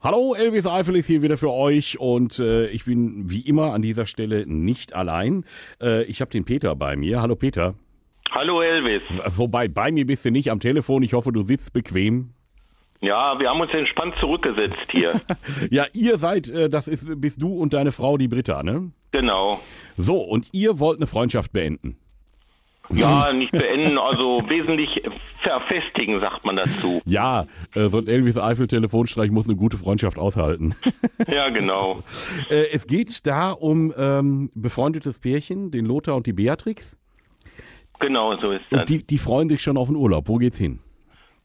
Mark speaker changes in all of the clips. Speaker 1: Hallo, Elvis Eifel ist hier wieder für euch und äh, ich bin wie immer an dieser Stelle nicht allein. Äh, ich habe den Peter bei mir. Hallo Peter.
Speaker 2: Hallo Elvis.
Speaker 1: Wobei, bei mir bist du nicht am Telefon. Ich hoffe, du sitzt bequem.
Speaker 2: Ja, wir haben uns entspannt zurückgesetzt hier.
Speaker 1: Ja, ihr seid, äh, das ist, bist du und deine Frau, die Britta, ne?
Speaker 2: genau.
Speaker 1: So, und ihr wollt eine Freundschaft beenden.
Speaker 2: Ja, nicht beenden, also wesentlich verfestigen, sagt man dazu.
Speaker 1: Ja, äh, so ein Elvis Eifel Telefonstreich muss eine gute Freundschaft aushalten.
Speaker 2: Ja, genau.
Speaker 1: Äh, es geht da um ähm, befreundetes Pärchen, den Lothar und die Beatrix.
Speaker 2: Genau, so ist das.
Speaker 1: Und die, die freuen sich schon auf den Urlaub. Wo geht's hin?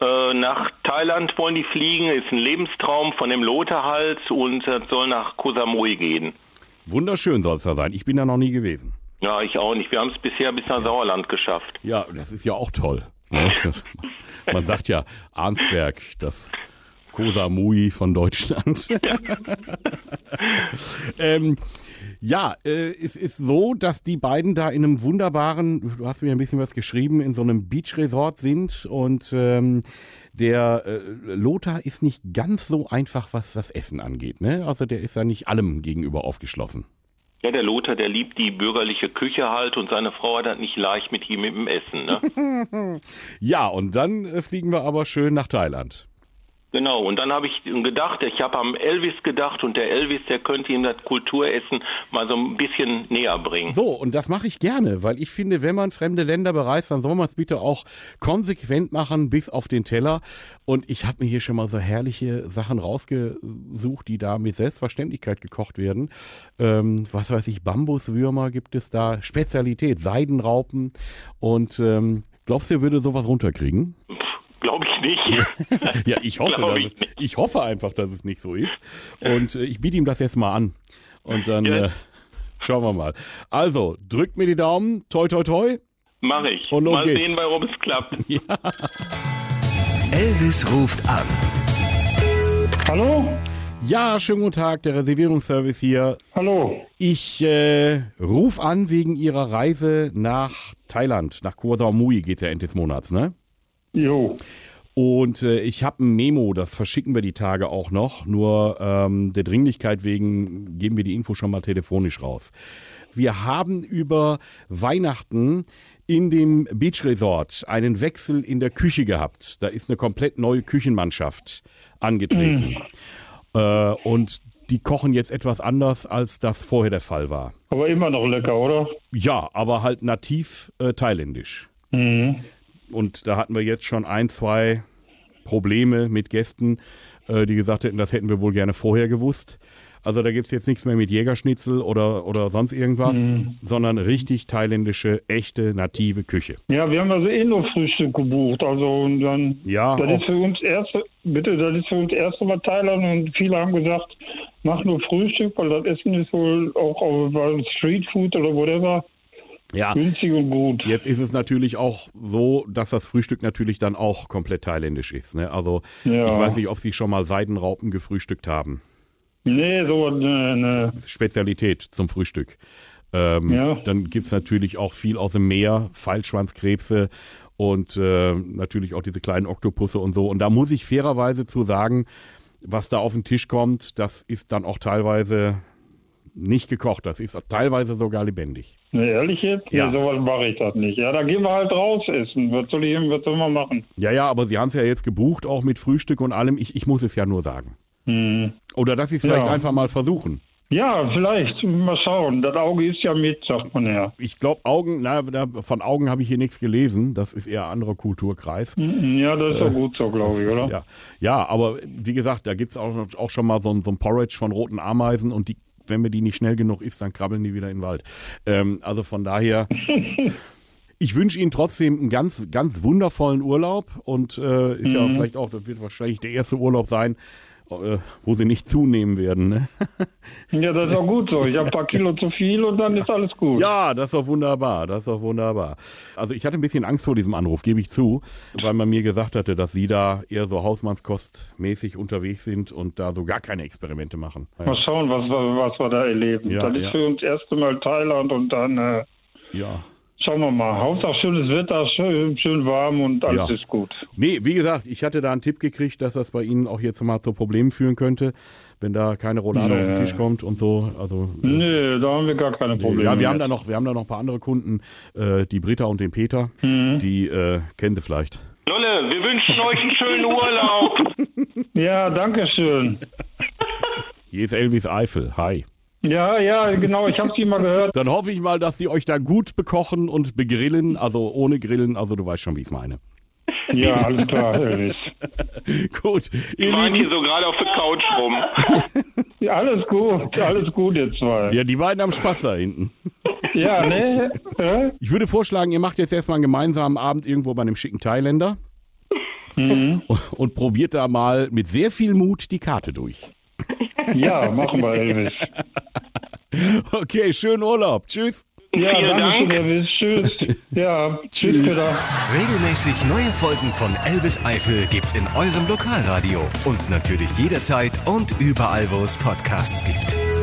Speaker 2: Äh, nach Thailand wollen die fliegen, ist ein Lebenstraum von dem Lothar-Hals und das soll nach Koh Samui gehen.
Speaker 1: Wunderschön soll's da sein. Ich bin da noch nie gewesen.
Speaker 2: Ja, ich auch nicht. Wir haben es bisher bis nach Sauerland geschafft.
Speaker 1: Ja, das ist ja auch toll. Ne? Das, man sagt ja, Arnsberg, das Kosamui von Deutschland. ähm, ja, äh, es ist so, dass die beiden da in einem wunderbaren, du hast mir ein bisschen was geschrieben, in so einem Beach-Resort sind und ähm, der äh, Lothar ist nicht ganz so einfach, was das Essen angeht. Ne? Also der ist ja nicht allem gegenüber aufgeschlossen.
Speaker 2: Ja, der Lothar, der liebt die bürgerliche Küche halt und seine Frau hat das nicht leicht mit ihm im Essen. Ne?
Speaker 1: Ja, und dann äh, fliegen wir aber schön nach Thailand.
Speaker 2: Genau, und dann habe ich gedacht, ich habe am Elvis gedacht und der Elvis, der könnte ihm das Kulturessen mal so ein bisschen näher bringen.
Speaker 1: So, und das mache ich gerne, weil ich finde, wenn man fremde Länder bereist, dann soll man es bitte auch konsequent machen bis auf den Teller. Und ich habe mir hier schon mal so herrliche Sachen rausgesucht, die da mit Selbstverständlichkeit gekocht werden. Ähm, was weiß ich, Bambuswürmer gibt es da, Spezialität, Seidenraupen. Und ähm, glaubst du, er würde sowas runterkriegen?
Speaker 2: Glaube ich nicht.
Speaker 1: Ja, ich hoffe,
Speaker 2: Glaub
Speaker 1: dass
Speaker 2: ich
Speaker 1: ich, es, ich hoffe einfach, dass es nicht so ist. Und äh, ich biete ihm das jetzt mal an. Und dann
Speaker 2: Ja.
Speaker 1: äh, schauen wir mal. Also, drückt mir die Daumen. Toi, toi, toi.
Speaker 2: Mache ich.
Speaker 1: Und los
Speaker 2: mal
Speaker 1: geht's.
Speaker 2: sehen, warum es klappt.
Speaker 3: Elvis ruft an.
Speaker 4: Hallo?
Speaker 1: Ja, schönen guten Tag, der Reservierungsservice hier.
Speaker 4: Hallo.
Speaker 1: Ich äh, rufe an wegen Ihrer Reise nach Thailand. Nach Koh Samui geht ja Ende des Monats, ne?
Speaker 4: Jo.
Speaker 1: Und äh, ich habe ein Memo, das verschicken wir die Tage auch noch. Nur ähm, der Dringlichkeit wegen geben wir die Info schon mal telefonisch raus. Wir haben über Weihnachten in dem Beach Resort einen Wechsel in der Küche gehabt. Da ist eine komplett neue Küchenmannschaft angetreten. Äh, und die kochen jetzt etwas anders, als das vorher der Fall war.
Speaker 4: Aber immer noch lecker, oder?
Speaker 1: Ja, aber halt nativ äh, thailändisch.
Speaker 4: Mhm.
Speaker 1: Und da hatten wir jetzt schon ein, zwei Probleme mit Gästen, äh, die gesagt hätten, das hätten wir wohl gerne vorher gewusst. Also da gibt's jetzt nichts mehr mit Jägerschnitzel oder, oder sonst irgendwas,
Speaker 4: Mhm.
Speaker 1: sondern richtig thailändische, echte, native Küche.
Speaker 4: Ja, wir haben also Indo-Frühstück gebucht. Also und dann.
Speaker 1: Ja,
Speaker 4: Das ist
Speaker 1: auch-
Speaker 4: für uns erste. Bitte, das ist für uns erste Mal Thailand und viele haben gesagt, mach nur Frühstück, weil das Essen ist wohl auch auf- weil Streetfood oder whatever
Speaker 1: Ja,
Speaker 4: günstig und gut.
Speaker 1: jetzt ist es natürlich auch so, dass das Frühstück natürlich dann auch komplett thailändisch ist. Ne? Also
Speaker 4: Ja.
Speaker 1: ich weiß nicht, ob Sie schon mal Seidenraupen gefrühstückt haben.
Speaker 4: Nee, sowas, ne, nee, nee.
Speaker 1: Spezialität zum Frühstück. Ähm,
Speaker 4: Ja.
Speaker 1: Dann gibt es natürlich auch viel aus dem Meer, Pfeilschwanzkrebse und äh, natürlich auch diese kleinen Oktopusse und so. Und da muss ich fairerweise zu sagen, was da auf den Tisch kommt, das ist dann auch teilweise nicht gekocht, das ist teilweise sogar lebendig.
Speaker 4: nee. ne, Ehrlich jetzt?
Speaker 1: Ja.
Speaker 4: Nee, sowas mache ich das nicht. Ja, da gehen wir halt raus essen. Was soll ich, was soll man machen?
Speaker 1: Ja, ja, aber Sie haben es ja jetzt gebucht, auch mit Frühstück und allem. Ich, ich muss es ja nur sagen. Oder dass Sie es vielleicht
Speaker 4: Mhm. Ja.
Speaker 1: einfach mal versuchen.
Speaker 4: Ja, vielleicht. Mal schauen. Das Auge ist ja mit, sagt man ja.
Speaker 1: Ich glaube, Augen, na, da, von Augen habe ich hier nichts gelesen. Das ist eher ein anderer Kulturkreis.
Speaker 4: Ja, das ist doch gut so, glaube ich, oder?
Speaker 1: Ja, ja aber wie gesagt, da gibt es auch, auch schon mal so ein, so ein Porridge von roten Ameisen und die, wenn man die nicht schnell genug isst, dann krabbeln die wieder in den Wald. Ähm, also von daher. Ich wünsche Ihnen trotzdem einen ganz, ganz wundervollen Urlaub und äh, ist ja vielleicht auch, das wird wahrscheinlich der erste Urlaub sein, äh, wo Sie nicht zunehmen werden. Ne?
Speaker 4: Ja, das ist auch gut so. Ich habe ein paar Kilo zu viel und dann ist alles gut.
Speaker 1: Ja, das ist doch wunderbar, das ist doch wunderbar. Also ich hatte ein bisschen Angst vor diesem Anruf, gebe ich zu, weil man mir gesagt hatte, dass Sie da eher so hausmannskostmäßig unterwegs sind und da so gar keine Experimente machen.
Speaker 4: Mal schauen, was, wir- was wir da erleben.
Speaker 1: Ja,
Speaker 4: das ist
Speaker 1: ja.
Speaker 4: für uns das erste Mal Thailand und dann, äh,
Speaker 1: Ja.
Speaker 4: Schauen wir mal. Hauptsache schönes Wetter, schön, schön warm und alles
Speaker 1: Ja.
Speaker 4: ist gut.
Speaker 1: Nee, wie gesagt, ich hatte da einen Tipp gekriegt, dass das bei Ihnen auch jetzt mal zu Problemen führen könnte, wenn da keine Roulade auf den
Speaker 4: Nee.
Speaker 1: Tisch kommt und so. Also
Speaker 4: Nee, da haben wir gar keine Probleme.
Speaker 1: ja, wir
Speaker 4: mit.
Speaker 1: haben da noch, wir haben da noch ein paar andere Kunden, äh, die Britta und den Peter, die äh, kennen Sie vielleicht.
Speaker 2: Lolle, wir wünschen euch einen schönen Urlaub.
Speaker 4: ja, danke schön.
Speaker 1: Hier ist Elvis Eifel. Hi.
Speaker 4: Ja, ja, genau, ich habe sie mal gehört.
Speaker 1: Dann hoffe ich mal, dass Sie euch da gut bekochen und begrillen, also ohne Grillen. Also du weißt schon, wie ich es meine.
Speaker 4: Ja, alles klar, Elvis.
Speaker 1: gut, ihr
Speaker 2: Meint
Speaker 1: Lieben.
Speaker 2: hier so gerade auf der Couch rum.
Speaker 4: Ja, alles gut, alles gut, ihr zwei.
Speaker 1: Ja, die beiden haben Spaß da hinten.
Speaker 4: Ja, ne? Ja?
Speaker 1: Ich würde vorschlagen, ihr macht jetzt erstmal einen gemeinsamen Abend irgendwo bei einem schicken Thailänder und, und probiert da mal mit sehr viel Mut die Karte durch.
Speaker 4: ja, machen wir, Elvis.
Speaker 1: Okay, schönen Urlaub. Tschüss.
Speaker 4: Ja,
Speaker 2: Vielen
Speaker 4: danke schön,
Speaker 2: Dank.
Speaker 4: Elvis. Tschüss. Ja, tschüss, Peter.
Speaker 3: Regelmäßig neue Folgen von Elvis Eifel gibt's in eurem Lokalradio und natürlich jederzeit und überall, wo es Podcasts gibt.